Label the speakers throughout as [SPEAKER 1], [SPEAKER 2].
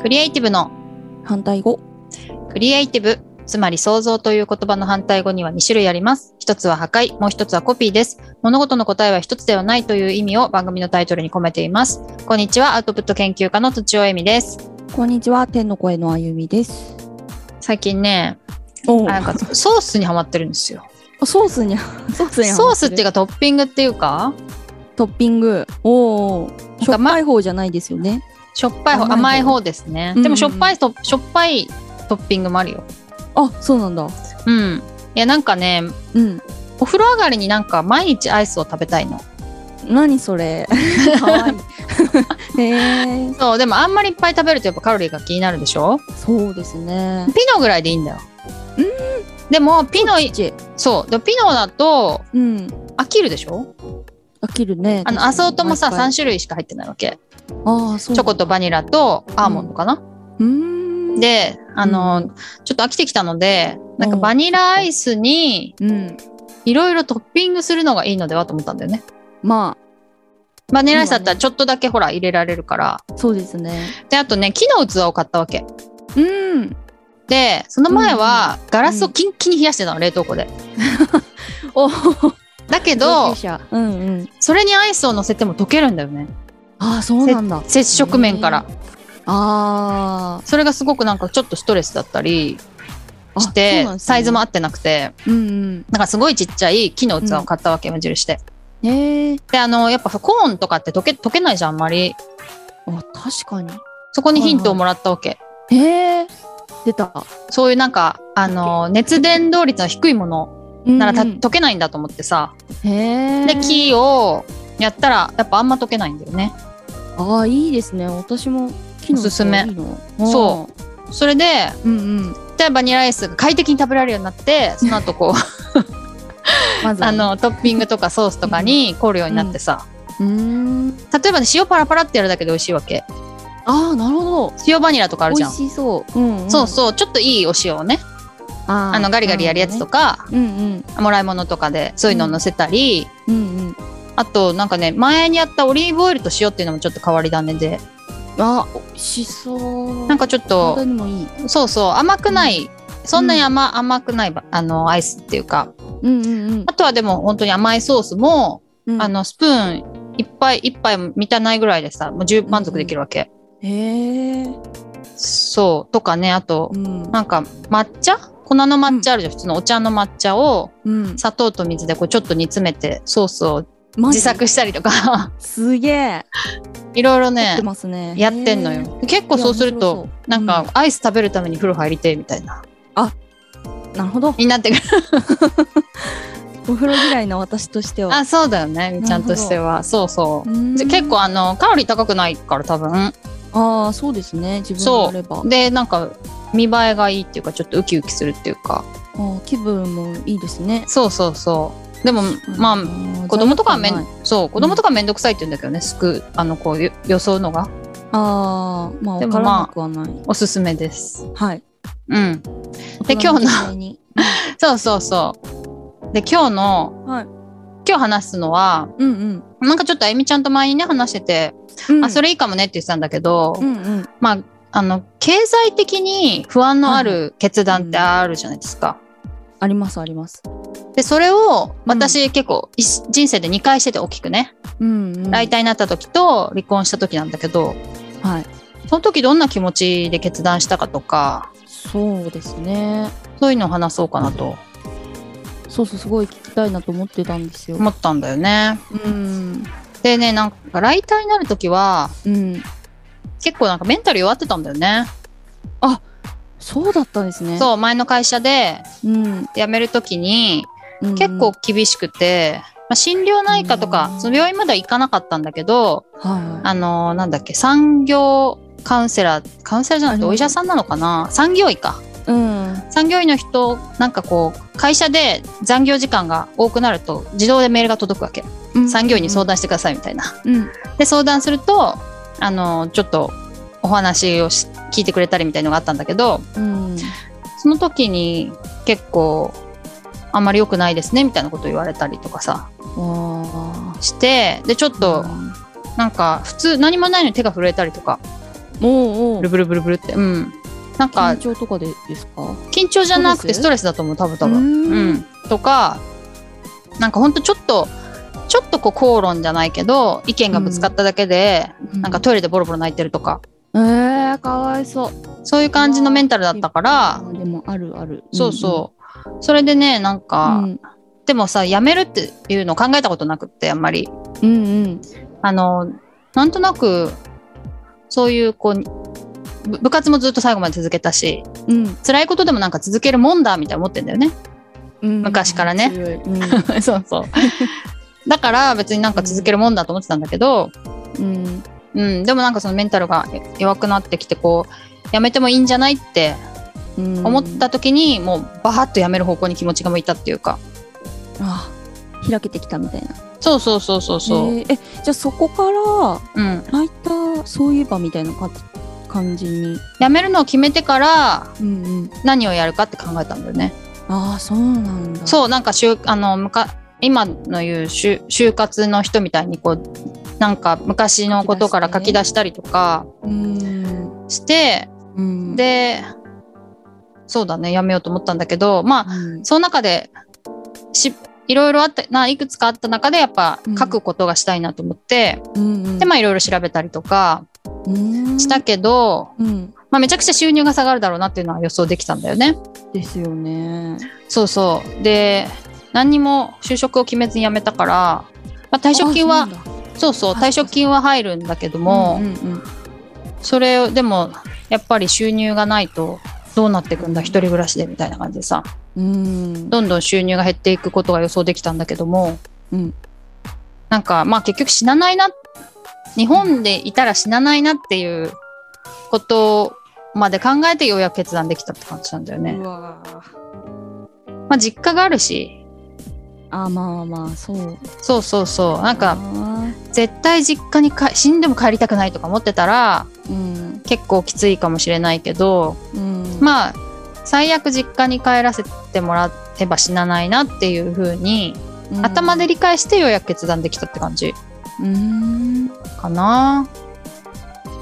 [SPEAKER 1] クリエイティブの
[SPEAKER 2] 反対語
[SPEAKER 1] クリエイティブ、つまり創造という言葉の反対語には2種類あります。一つは破壊、もう一つはコピーです。物事の答えは一つではないという意味を番組のタイトルに込めています。こんにちは、アウトプット研究家の土ち尾恵美です。
[SPEAKER 2] こんにちは天の声のあゆみです
[SPEAKER 1] 最近ね、
[SPEAKER 2] お
[SPEAKER 1] なんかソースにハマってるんです よ。
[SPEAKER 2] ソースに ソースに
[SPEAKER 1] ソースっていう
[SPEAKER 2] か
[SPEAKER 1] かトッピングっていうか、
[SPEAKER 2] トッピングおお
[SPEAKER 1] ん
[SPEAKER 2] しょ
[SPEAKER 1] か
[SPEAKER 2] っ
[SPEAKER 1] ま
[SPEAKER 2] ぱい方じゃないですよね
[SPEAKER 1] しょっぱい方、
[SPEAKER 2] 甘い方
[SPEAKER 1] 甘い方ですね。
[SPEAKER 2] うん
[SPEAKER 1] でもしょっぱいと、しょっぱいトッピングもあるよ。
[SPEAKER 2] あそうなんだ
[SPEAKER 1] うん。いや、なんかね、
[SPEAKER 2] うん
[SPEAKER 1] お風呂上がりになんか毎日アイスを食べたいの。
[SPEAKER 2] 何それ かわいい へえ
[SPEAKER 1] そう、でもあんまりいっぱい食べるとやっぱカロリーが気になるでしょ
[SPEAKER 2] そうですね
[SPEAKER 1] ピノぐらいでいいんだよ。でもピノい
[SPEAKER 2] ち
[SPEAKER 1] そうでもピノだと
[SPEAKER 2] うん
[SPEAKER 1] 飽きるでしょ
[SPEAKER 2] 飽きるね
[SPEAKER 1] あのアソートもさ3
[SPEAKER 2] 三
[SPEAKER 1] 種類しか入ってないわけ
[SPEAKER 2] ああそう
[SPEAKER 1] チョコとバニラとアーモンドかな、
[SPEAKER 2] うーん
[SPEAKER 1] であの、
[SPEAKER 2] う
[SPEAKER 1] ちょっと飽きてきたのでなんか
[SPEAKER 2] うん
[SPEAKER 1] バニラアイスに
[SPEAKER 2] うん
[SPEAKER 1] いろいろトッピングするのがいいのではと思ったんだよね
[SPEAKER 2] ま
[SPEAKER 1] バニラアイスだったらちょっとだけほら入れられるから
[SPEAKER 2] あそうですね
[SPEAKER 1] であとね木の器を買ったわけ
[SPEAKER 2] うん
[SPEAKER 1] でその前はガラスをキンキンに冷やしてたの冷凍庫で
[SPEAKER 2] お
[SPEAKER 1] だけ
[SPEAKER 2] 同
[SPEAKER 1] ど
[SPEAKER 2] 級者うんうん
[SPEAKER 1] それにアイスを乗せても溶けるんだよね
[SPEAKER 2] ああそうなんだ
[SPEAKER 1] 接触面から
[SPEAKER 2] あ
[SPEAKER 1] それがすごくなんかちょっとストレスだったり
[SPEAKER 2] あ
[SPEAKER 1] し
[SPEAKER 2] そう
[SPEAKER 1] て、
[SPEAKER 2] なんですね
[SPEAKER 1] サイズも合ってなくて
[SPEAKER 2] ーうん
[SPEAKER 1] なんかすごいちっちゃい木の器を買ったわけ、無印で
[SPEAKER 2] うんへえ
[SPEAKER 1] であのやっぱコーンとかって溶け溶けないじゃんあんまり
[SPEAKER 2] あ確かに
[SPEAKER 1] そこにヒントをもらったわけ、
[SPEAKER 2] へえ出た
[SPEAKER 1] そういうなんかあの熱伝導率の低いものならた、溶けないんだと思ってさ
[SPEAKER 2] へえ
[SPEAKER 1] で木をやったらやっぱあんま溶けないんだよね
[SPEAKER 2] ああいいですね私も木の
[SPEAKER 1] おすすめ
[SPEAKER 2] いいの
[SPEAKER 1] そそれで
[SPEAKER 2] ううんうん
[SPEAKER 1] 例えばバニラアイスが快適に食べられるようになってその後こ う
[SPEAKER 2] まずは
[SPEAKER 1] あ
[SPEAKER 2] ね
[SPEAKER 1] のトッピングとかソースとかに凝るようになってさ、
[SPEAKER 2] うーん
[SPEAKER 1] 例えばね塩パラパラってやるだけで美味しいわけ
[SPEAKER 2] ああなるほ
[SPEAKER 1] 塩バニラとかあ
[SPEAKER 2] ど
[SPEAKER 1] るじ
[SPEAKER 2] 美
[SPEAKER 1] ゃん
[SPEAKER 2] 味しそううんん
[SPEAKER 1] そうそうちょっといいお塩をね
[SPEAKER 2] あー
[SPEAKER 1] あのガリガリやるやつとか、
[SPEAKER 2] なるほどね
[SPEAKER 1] もらい物とかでそういうのを乗せたり、
[SPEAKER 2] うんうんうんうん
[SPEAKER 1] あとなんかね前にやったオリーブオイルと塩っていうのもちょっと変わり種で
[SPEAKER 2] あ美味しそう
[SPEAKER 1] なんかちょっ
[SPEAKER 2] 体
[SPEAKER 1] と
[SPEAKER 2] にもいい
[SPEAKER 1] そうそう甘くない、そんなに甘,、甘くないばあのアイスっていうか
[SPEAKER 2] うんうんうん
[SPEAKER 1] あとはでも本当に甘いソースも、
[SPEAKER 2] うん
[SPEAKER 1] あのスプーン一杯一杯満たないぐらいでさもう十満足できるわけ、
[SPEAKER 2] へえ
[SPEAKER 1] そうとかねあと
[SPEAKER 2] うん
[SPEAKER 1] なんか抹茶粉の抹茶あるじゃん、普通のお茶の抹茶を
[SPEAKER 2] うん
[SPEAKER 1] 砂糖と水でこうちょっと煮詰めてソースを
[SPEAKER 2] マジ
[SPEAKER 1] 自作したりとか
[SPEAKER 2] すげえ
[SPEAKER 1] いろいろ
[SPEAKER 2] やっ
[SPEAKER 1] ね
[SPEAKER 2] てますね
[SPEAKER 1] やってんの
[SPEAKER 2] へー
[SPEAKER 1] よ結構そうするとなんかアイス食べるために風呂入りてえみたい な
[SPEAKER 2] なるほど
[SPEAKER 1] になってくる
[SPEAKER 2] お風呂嫌いの私としては
[SPEAKER 1] あそうだよねみちゃんとしてはそうそう、
[SPEAKER 2] じ
[SPEAKER 1] で結構あのカロリー高くないから多分
[SPEAKER 2] ああそうですね自分
[SPEAKER 1] そう
[SPEAKER 2] があれば
[SPEAKER 1] でなんか見栄えがいいっていうかちょっとウキウキするっていうか
[SPEAKER 2] あー気分もいいですね
[SPEAKER 1] そうそうそうでもまあ
[SPEAKER 2] あ
[SPEAKER 1] 子供とかはめ
[SPEAKER 2] 罪悪
[SPEAKER 1] ん
[SPEAKER 2] 感ない
[SPEAKER 1] そう子供とかはめんどくさいって言うんだけどねすくあのこうよ装うのが
[SPEAKER 2] あーまあ
[SPEAKER 1] でも
[SPEAKER 2] 分から
[SPEAKER 1] まあ
[SPEAKER 2] なくはない、
[SPEAKER 1] おすすめです
[SPEAKER 2] はい
[SPEAKER 1] うんで
[SPEAKER 2] 大人
[SPEAKER 1] 今日の
[SPEAKER 2] 時代に
[SPEAKER 1] そうそうそうで今日の
[SPEAKER 2] はい
[SPEAKER 1] 今日話すのは
[SPEAKER 2] うんうん
[SPEAKER 1] なんかちょっとあゆみちゃんと前にね話してて、
[SPEAKER 2] うん
[SPEAKER 1] あそれいいかもねって言ってたんだけど、
[SPEAKER 2] うんうん
[SPEAKER 1] まああの経済的に不安のある決断ってあるじゃないですか。
[SPEAKER 2] ありますあります
[SPEAKER 1] でそれを私結構、いし人生で2回してて大きくね、
[SPEAKER 2] うんうん
[SPEAKER 1] 来体になった時と離婚した時なんだけど
[SPEAKER 2] はい
[SPEAKER 1] その時どんな気持ちで決断したかとか
[SPEAKER 2] そうですね
[SPEAKER 1] そういうのを話そうかなと
[SPEAKER 2] そうそうすごい聞きたいなと思ってたんですよ
[SPEAKER 1] 思ったんだよね。
[SPEAKER 2] うん
[SPEAKER 1] でねなんか来体になる時は
[SPEAKER 2] うん
[SPEAKER 1] 結構なんかメンタル弱ってたんだよね。
[SPEAKER 2] そうだったんですね
[SPEAKER 1] そう前の会社で
[SPEAKER 2] う、うん、
[SPEAKER 1] 辞める時に
[SPEAKER 2] うん
[SPEAKER 1] 結構厳しくて、まあ、心療内科とか
[SPEAKER 2] うん
[SPEAKER 1] その病院までは行かなかったんだけど
[SPEAKER 2] はい
[SPEAKER 1] あのーなんだっけ産業カウンセラーカウンセラーじゃなくて
[SPEAKER 2] あの
[SPEAKER 1] お医者さんなのかな産業医か
[SPEAKER 2] うん
[SPEAKER 1] 産業医の人なんかこう会社で残業時間が多くなると自動でメールが届くわけ
[SPEAKER 2] うん
[SPEAKER 1] 産業医に相談してくださいみたいな。
[SPEAKER 2] うん
[SPEAKER 1] で相談するとあのーちょっとお話をし聞いてくれたりみたいのがあったんだけど
[SPEAKER 2] うん
[SPEAKER 1] その時に結構あんまり良くないですねみたいなこと言われたりとかさ
[SPEAKER 2] わ
[SPEAKER 1] してでちょっと
[SPEAKER 2] あ
[SPEAKER 1] なんか普通何もないのに手が震えたりとか
[SPEAKER 2] も
[SPEAKER 1] ブ
[SPEAKER 2] う
[SPEAKER 1] ルブルブルブルってうんなんか
[SPEAKER 2] 緊張とかでですか
[SPEAKER 1] 緊張じゃなくてストレスだと思う多分多分
[SPEAKER 2] う
[SPEAKER 1] うんん、とかなんかほんとちょっとちょっとこう口論じゃないけど意見がぶつかっただけで、なんかトイレでボロボロ泣いてるとか
[SPEAKER 2] えー、かわいそう
[SPEAKER 1] そういう感じのメンタルだったから、
[SPEAKER 2] うんでもあるある
[SPEAKER 1] そうそうそれでねなんか、
[SPEAKER 2] うん
[SPEAKER 1] でもさ辞めるっていうのを考えたことなくってあんまり
[SPEAKER 2] うんうん
[SPEAKER 1] あのなんとなくそういうこうぶ部活もずっと最後まで続けたし
[SPEAKER 2] うん
[SPEAKER 1] 辛いことでもなんか続けるもんだみたいに思ってんだよね
[SPEAKER 2] うん
[SPEAKER 1] 昔からね
[SPEAKER 2] 強いうん
[SPEAKER 1] そうそうだから別になんか続けるもんだと思ってたんだけど、
[SPEAKER 2] うん
[SPEAKER 1] うん、でもなんかそのメンタルが弱くなってきてこうやめてもいいんじゃないって
[SPEAKER 2] うん
[SPEAKER 1] 思った時に、もうバハッとやめる方向に気持ちが向いたっていうか
[SPEAKER 2] あ開けてきたみたいな
[SPEAKER 1] そうそうそうそうそう、
[SPEAKER 2] えーえじゃあそこから
[SPEAKER 1] うん、
[SPEAKER 2] 泣いたそういえばみたいなか感じに
[SPEAKER 1] やめるのを決めてから
[SPEAKER 2] うんうん
[SPEAKER 1] 何をやるかって考えたんだよね
[SPEAKER 2] ああそうなんだう
[SPEAKER 1] そうなんか就あのむか今の言う就就活の人みたいにこうなんか昔のことから書き出したりとか
[SPEAKER 2] うん
[SPEAKER 1] して
[SPEAKER 2] うん
[SPEAKER 1] でそうだねやめようと思ったんだけどまあ
[SPEAKER 2] うん
[SPEAKER 1] その中でしいろいろあったないくつかあった中でやっぱ
[SPEAKER 2] うん
[SPEAKER 1] 書くことがしたいなと思って、
[SPEAKER 2] うんうん
[SPEAKER 1] でまあいろいろ調べたりとか
[SPEAKER 2] うん
[SPEAKER 1] したけど、
[SPEAKER 2] うん
[SPEAKER 1] まあ、めちゃくちゃ収入が下がるだろうなっていうのは予想できたんだよね。
[SPEAKER 2] ですよね
[SPEAKER 1] そうそうで何にも就職を決めずに辞めたから、まあ、退職金は
[SPEAKER 2] あそうなんだ
[SPEAKER 1] そうそう
[SPEAKER 2] あそうか
[SPEAKER 1] 退職金は入るんだけども、
[SPEAKER 2] うんうんうん
[SPEAKER 1] それをでもやっぱり収入がないとどうなっていくんだ一人暮らしでみたいな感じでさ
[SPEAKER 2] うん
[SPEAKER 1] どんどん収入が減っていくことが予想できたんだけども、
[SPEAKER 2] うん
[SPEAKER 1] なんかまあ結局死なないな日本でいたら死なないなっていうことまで考えてようやく決断できたって感じなんだよね。
[SPEAKER 2] うわー
[SPEAKER 1] まあ、実家があるし
[SPEAKER 2] あまあまあそう
[SPEAKER 1] そうそうそうなんか
[SPEAKER 2] あ
[SPEAKER 1] 絶対実家にか死んでも帰りたくないとか思ってたら
[SPEAKER 2] ーうん
[SPEAKER 1] 結構きついかもしれないけど
[SPEAKER 2] うんあ
[SPEAKER 1] まあ最悪実家に帰らせてもらえば死なないなっていう風に頭で理解してようやく決断できたって感じ。
[SPEAKER 2] うん
[SPEAKER 1] かな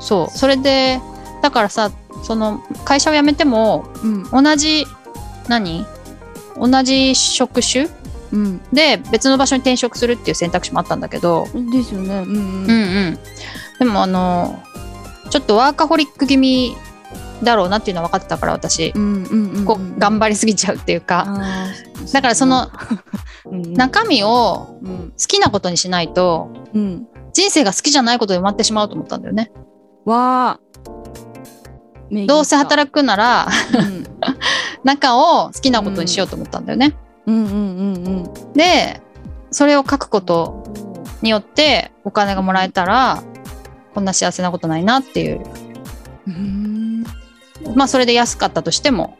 [SPEAKER 1] そうそれでだからさその会社を辞めても
[SPEAKER 2] うん
[SPEAKER 1] 同じ何同じ職種
[SPEAKER 2] うん
[SPEAKER 1] で別の場所に転職するっていう選択肢もあったんだけど
[SPEAKER 2] ですよね。うん
[SPEAKER 1] うんう
[SPEAKER 2] うん。
[SPEAKER 1] んでもあのちょっとワーカホリック気味だろうなっていうのは分かってたから私
[SPEAKER 2] うんうんうん。
[SPEAKER 1] こう頑張りすぎちゃうっていうか
[SPEAKER 2] あー
[SPEAKER 1] だからその、
[SPEAKER 2] うん
[SPEAKER 1] 中身を
[SPEAKER 2] うん
[SPEAKER 1] 好きなことにしないと
[SPEAKER 2] うん。
[SPEAKER 1] 人生が好きじゃないことで埋まってしまうと思ったんだよね
[SPEAKER 2] わあ。
[SPEAKER 1] どうせ
[SPEAKER 2] く。
[SPEAKER 1] 働くなら
[SPEAKER 2] うん
[SPEAKER 1] 中を好きなことにしようと思ったんだよね。
[SPEAKER 2] うんうんうんうん。
[SPEAKER 1] でそれを書くことによってお金がもらえたらこんな幸せなことないなっていう
[SPEAKER 2] うん。
[SPEAKER 1] まあそれで安かったとしても、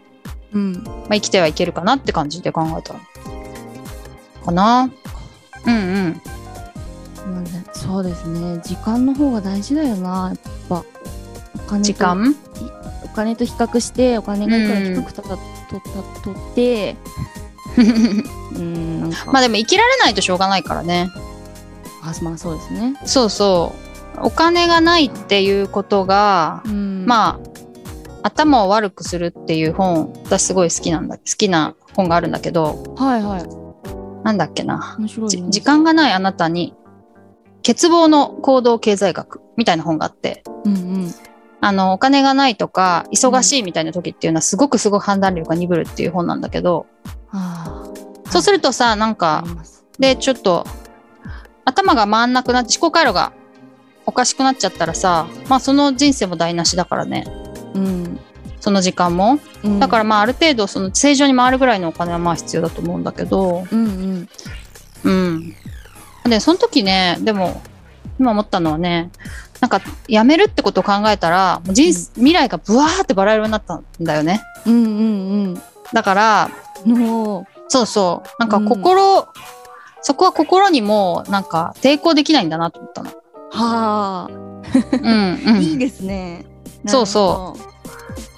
[SPEAKER 2] うん。
[SPEAKER 1] まあ、生きてはいけるかなって感じで考えたかな。うんうん
[SPEAKER 2] まあねそうですね。時間の方が大事だよな。やっぱ。お金と
[SPEAKER 1] 時。間
[SPEAKER 2] お金と比較して、お金がいくら低くたた、とった、とって。うん、なんか。
[SPEAKER 1] まあでも生きられないとしょうがないからね
[SPEAKER 2] あ、まあ、そうですね。
[SPEAKER 1] そうそうお金がないっていうことが
[SPEAKER 2] うんあ。
[SPEAKER 1] まあ頭を悪くするっていう本私すごい好きなんだ好きな本があるんだけど
[SPEAKER 2] はいはい。
[SPEAKER 1] なんだっけな。
[SPEAKER 2] 面白い
[SPEAKER 1] じ
[SPEAKER 2] ね。
[SPEAKER 1] 時間がないあなたに、欠乏の行動経済学みたいな本があって、
[SPEAKER 2] うんうん。
[SPEAKER 1] あの、お金がないとか、忙しいみたいな時っていうのは、すごくすごく判断力が鈍るっていう本なんだけど、
[SPEAKER 2] あ
[SPEAKER 1] そうするとさ、なん
[SPEAKER 2] あ。
[SPEAKER 1] か
[SPEAKER 2] あり、ます
[SPEAKER 1] で、ちょっと、頭が回んなくなって、思考回路がおかしくなっちゃったらさ、まあ、その人生も台無しだからね、
[SPEAKER 2] うん。
[SPEAKER 1] その時間も。
[SPEAKER 2] うん
[SPEAKER 1] だから、まあ、ある程度、その、正常に回るぐらいのお金はまあ必要だと思うんだけど、
[SPEAKER 2] うんうん
[SPEAKER 1] うん。で、その時ね、でも、今思ったのはね、なんか、辞めるってことを考えたら、もう人生、未来がブワーってバラ色になったんだよね。
[SPEAKER 2] うんうん
[SPEAKER 1] だから、
[SPEAKER 2] うんの
[SPEAKER 1] そうそう、なんか
[SPEAKER 2] うん
[SPEAKER 1] 心、そこは心にも、なんか、抵抗できないんだなと思ったの。
[SPEAKER 2] は
[SPEAKER 1] うん、
[SPEAKER 2] あいい
[SPEAKER 1] うん。
[SPEAKER 2] ですね
[SPEAKER 1] そうそ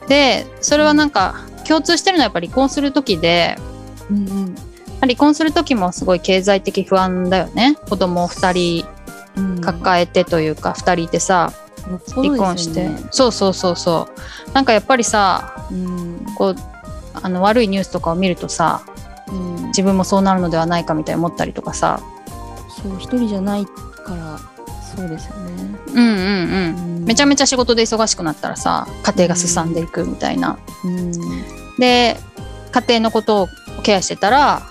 [SPEAKER 1] で、それはなんか、共通してるのはやっぱ離婚する時で、
[SPEAKER 2] ううんうん
[SPEAKER 1] 離婚する時もすごい経済的不安だよね。子供2人
[SPEAKER 2] うん
[SPEAKER 1] 抱えてというか、2人いてさ、
[SPEAKER 2] よっぽど
[SPEAKER 1] 離
[SPEAKER 2] ですよね
[SPEAKER 1] 婚して、そうそうそうそうなんかやっぱりさ
[SPEAKER 2] うん
[SPEAKER 1] こうあの悪いニュースとかを見るとさ
[SPEAKER 2] うん、
[SPEAKER 1] 自分もそうなるのではないかみたいに思ったりとかさ
[SPEAKER 2] そう一人じゃないからそうですよね、
[SPEAKER 1] うんうんうん
[SPEAKER 2] うん
[SPEAKER 1] めちゃめちゃ仕事で忙しくなったらさ家庭がすさんでいくみたいな。
[SPEAKER 2] うん
[SPEAKER 1] で家庭のことをケアしてたら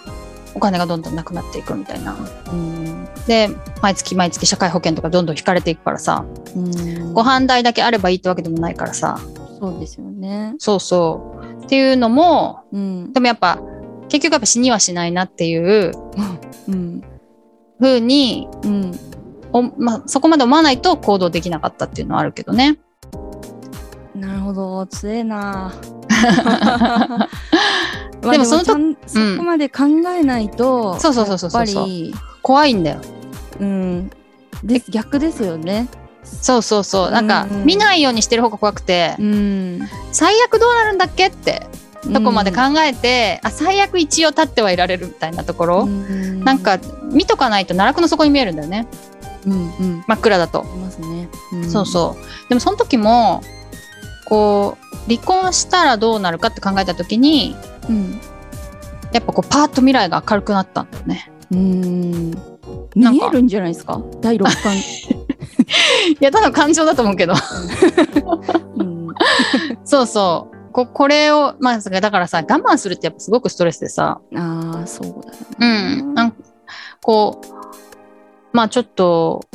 [SPEAKER 1] お金がどんどんなくなっていくみたいな。
[SPEAKER 2] うん
[SPEAKER 1] で毎月毎月社会保険とかどんどん引かれていくからさ
[SPEAKER 2] うん
[SPEAKER 1] ご飯代だけあればいいってわけでもないからさ
[SPEAKER 2] そうですよね
[SPEAKER 1] そうそうっていうのも
[SPEAKER 2] うん
[SPEAKER 1] でもやっぱ結局やっぱ死にはしないなっていう
[SPEAKER 2] うん
[SPEAKER 1] 風に
[SPEAKER 2] うん
[SPEAKER 1] お、まあ、そこまで思わないと行動できなかったっていうのはあるけどね。
[SPEAKER 2] なるほど強 えなまあ
[SPEAKER 1] でもそのと
[SPEAKER 2] ちゃんそこまで考えないと、
[SPEAKER 1] そうそうそうそうそう
[SPEAKER 2] やっぱり
[SPEAKER 1] 怖いんだよ
[SPEAKER 2] うんです逆ですよね
[SPEAKER 1] そうそうそうなんか、
[SPEAKER 2] うん
[SPEAKER 1] 見ないようにしてる方が怖くて、
[SPEAKER 2] うん
[SPEAKER 1] 最悪どうなるんだっけってとこまで考えて、あ最悪一応立ってはいられるみたいなところ、
[SPEAKER 2] うん
[SPEAKER 1] なんか見とかないと奈落の底に見えるんだよね
[SPEAKER 2] うんうん
[SPEAKER 1] 真っ暗だと
[SPEAKER 2] あ、りますね、
[SPEAKER 1] そう
[SPEAKER 2] う
[SPEAKER 1] そうでもその時もこう離婚したらどうなるかって考えた時に
[SPEAKER 2] うん
[SPEAKER 1] やっぱこうパーッと未来が明るくなったんだよね
[SPEAKER 2] うん
[SPEAKER 1] なん
[SPEAKER 2] 見
[SPEAKER 1] か
[SPEAKER 2] えるんじゃないですか第六感、
[SPEAKER 1] いやただの感情だと思うけど
[SPEAKER 2] うん、
[SPEAKER 1] そうそうここれをまあだからさ我慢するってやっぱすごくストレスでさ
[SPEAKER 2] ああそうだよ
[SPEAKER 1] う
[SPEAKER 2] ね
[SPEAKER 1] ん、なんかこうまあちょっと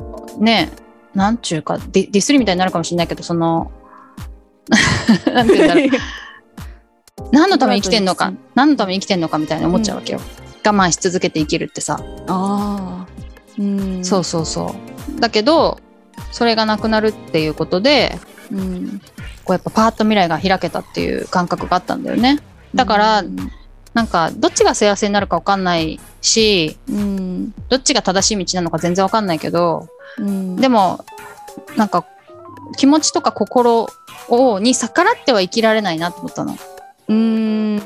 [SPEAKER 1] ねなんちゅうかディディスりみたいになるかもしれないけどその なんて言うん だろう何のために生きてんのか何のために生きてんのかみたいに思っちゃうわけよ、我慢し続けて生きるってさ、
[SPEAKER 2] ああうん
[SPEAKER 1] そうそうそうだけどそれがなくなるっていうことで
[SPEAKER 2] うん
[SPEAKER 1] こうやっぱパーッと未来が開けたっていう感覚があったんだよねだから
[SPEAKER 2] うん
[SPEAKER 1] なんかどっちが幸せになるか分かんないし
[SPEAKER 2] うん
[SPEAKER 1] どっちが正しい道なのか全然分かんないけど
[SPEAKER 2] うん
[SPEAKER 1] でもなんか気持ちとか心をに逆らっては生きられないなと思ったの
[SPEAKER 2] うん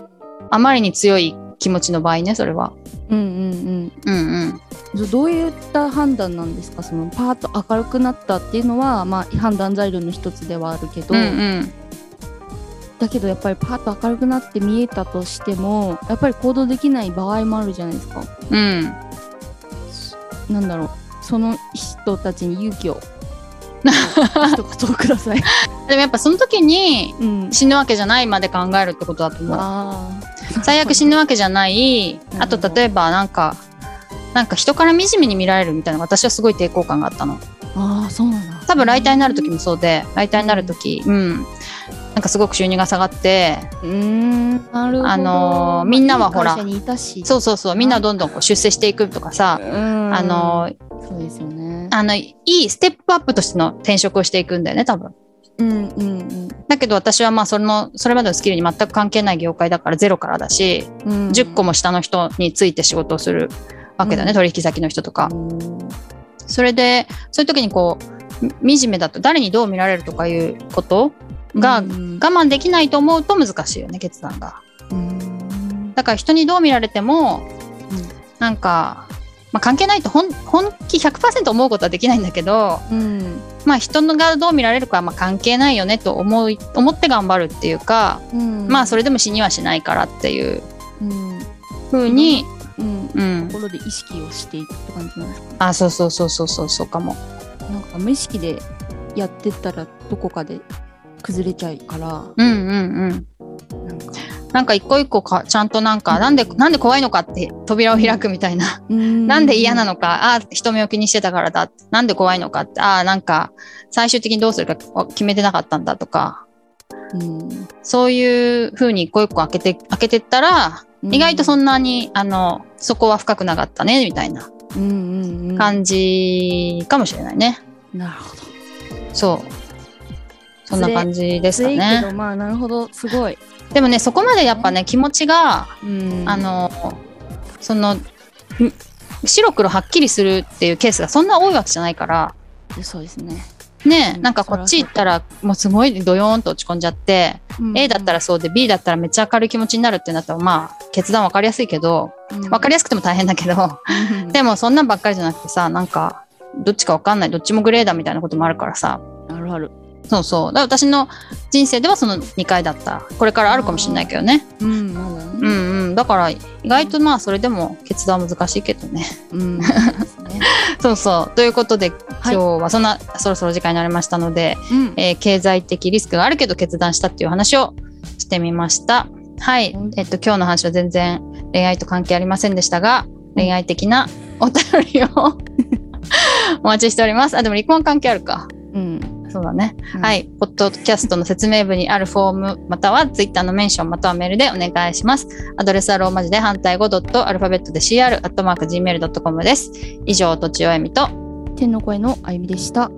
[SPEAKER 1] あまりに強い気持ちの場合ねそれは
[SPEAKER 2] うんうん
[SPEAKER 1] うんうん
[SPEAKER 2] うんどういった判断なんですかそのパーッと明るくなったっていうのは、まあ、判断材料の一つではあるけど、
[SPEAKER 1] うんうん
[SPEAKER 2] だけどやっぱりパーッと明るくなって見えたとしてもやっぱり行動できない場合もあるじゃないですか
[SPEAKER 1] うん
[SPEAKER 2] なんだろうその人たちに勇 気を一言ください、
[SPEAKER 1] でもやっぱその時に
[SPEAKER 2] うん、
[SPEAKER 1] 死ぬわけじゃないまで考えるってことだと思う
[SPEAKER 2] ああ
[SPEAKER 1] 最悪死ぬわけじゃない
[SPEAKER 2] ほど
[SPEAKER 1] あと例えばなんかなんか人から惨めに見られるみたいなのが私はすごい抵抗感があったの
[SPEAKER 2] ああそうなんだ
[SPEAKER 1] 多分ライターになる時もそうでライターになる時うんなんかすごく収入が下がって
[SPEAKER 2] うーんなるほど
[SPEAKER 1] あのーみんなはほら
[SPEAKER 2] いい会社にいたし
[SPEAKER 1] そうそうそうみんなどんどんこう出世していくとかさ
[SPEAKER 2] うん
[SPEAKER 1] あの
[SPEAKER 2] そうですよね
[SPEAKER 1] あのいいステップアップとしての転職をしていくんだよね多分
[SPEAKER 2] うんうん
[SPEAKER 1] だけど私はまあそのそれまでのスキルに全く関係ない業界だからゼロからだし、
[SPEAKER 2] うん
[SPEAKER 1] 10個も下の人について仕事をするわけだね、
[SPEAKER 2] うん
[SPEAKER 1] 取引先の人とか、
[SPEAKER 2] うん
[SPEAKER 1] それでそういう時にこうみ惨めだと誰にどう見られるとかいうことが、
[SPEAKER 2] うん
[SPEAKER 1] 我慢できないと思うと難しいよね決断が
[SPEAKER 2] うん
[SPEAKER 1] だから人にどう見られても、
[SPEAKER 2] うん
[SPEAKER 1] なんか、まあ、関係ないと本本気100%思うことはできないんだけど、
[SPEAKER 2] うん
[SPEAKER 1] まあ、人のがどう見られるかはまあ関係ないよねと思い思って頑張るっていうか、
[SPEAKER 2] うん
[SPEAKER 1] まあそれでも死にはしないからっていう
[SPEAKER 2] うん
[SPEAKER 1] 風に、
[SPEAKER 2] うん
[SPEAKER 1] うん
[SPEAKER 2] ところで意識をしていくって感じなんですか
[SPEAKER 1] あそうそうそうそうそうそうかも
[SPEAKER 2] なんか無意識でやってったらどこかで崩れちゃうから
[SPEAKER 1] うんうんうん
[SPEAKER 2] なんか
[SPEAKER 1] なんか一個一個かちゃんとなんかなんでなんで怖いのかって扉を開くみたいな、な
[SPEAKER 2] なん
[SPEAKER 1] で嫌なのかあー人目を気にしてたからだなんで怖いのかってあーなんか最終的にどうするか決めてなかったんだとか
[SPEAKER 2] うん
[SPEAKER 1] そういう風に一個一個開けて開けてったら意外とそ
[SPEAKER 2] な、
[SPEAKER 1] んなにあのそこは深くなかったねみたいな
[SPEAKER 2] うんうんうん、
[SPEAKER 1] 感じかもしれないね、
[SPEAKER 2] なるほど
[SPEAKER 1] そうそんな感じですか
[SPEAKER 2] 強いけ
[SPEAKER 1] ね
[SPEAKER 2] どまあなるほどすごい、
[SPEAKER 1] でもねそこまでやっぱね気持ちが
[SPEAKER 2] うん、
[SPEAKER 1] あのそのん白黒はっきりするっていうケースがそんな多いわけじゃないから
[SPEAKER 2] そうですね、
[SPEAKER 1] ね
[SPEAKER 2] うん
[SPEAKER 1] なんかこっち行ったらもうすごいドヨーンと落ち込んじゃって、A だったらそうで B だったらめっちゃ明るい気持ちになるってなったらまあ決断分かりやすいけど分かりやすくても大変だけど、
[SPEAKER 2] うん
[SPEAKER 1] でもそんなんばっかりじゃなくてさなんかどっちか分かんないどっちもグレーだみたいなこともあるからさ
[SPEAKER 2] なるるある。
[SPEAKER 1] そうそう。だから私の人生ではその2回だった。これからあるかもしれないけどね。
[SPEAKER 2] うん、まだ
[SPEAKER 1] う
[SPEAKER 2] ね。
[SPEAKER 1] んうん。だから、意外とまあ、それでも決断は難しいけどね。
[SPEAKER 2] うん。そうですね
[SPEAKER 1] そうそう。ということで、今日
[SPEAKER 2] い
[SPEAKER 1] はそんな、そろそろ時間になりましたので、
[SPEAKER 2] うん。
[SPEAKER 1] えー経済的リスクがあるけど決断したっていう話をしてみました。はい
[SPEAKER 2] うん。
[SPEAKER 1] えっと、今日の話は全然恋愛と関係ありませんでしたが、恋愛的なお便りを お待ちしております。あ、でも離婚関係あるか。
[SPEAKER 2] うん。
[SPEAKER 1] そうだね。
[SPEAKER 2] うん
[SPEAKER 1] は。い。ポッドキャストの説明文にあるフォーム、またはツイッターのメンション、またはメールでお願いします。アドレスはローマ字で反対語ドットアルファベットで CR、アットマーク Gmail.com です。以上、とちおえみと、
[SPEAKER 2] 天の声のあゆみでした。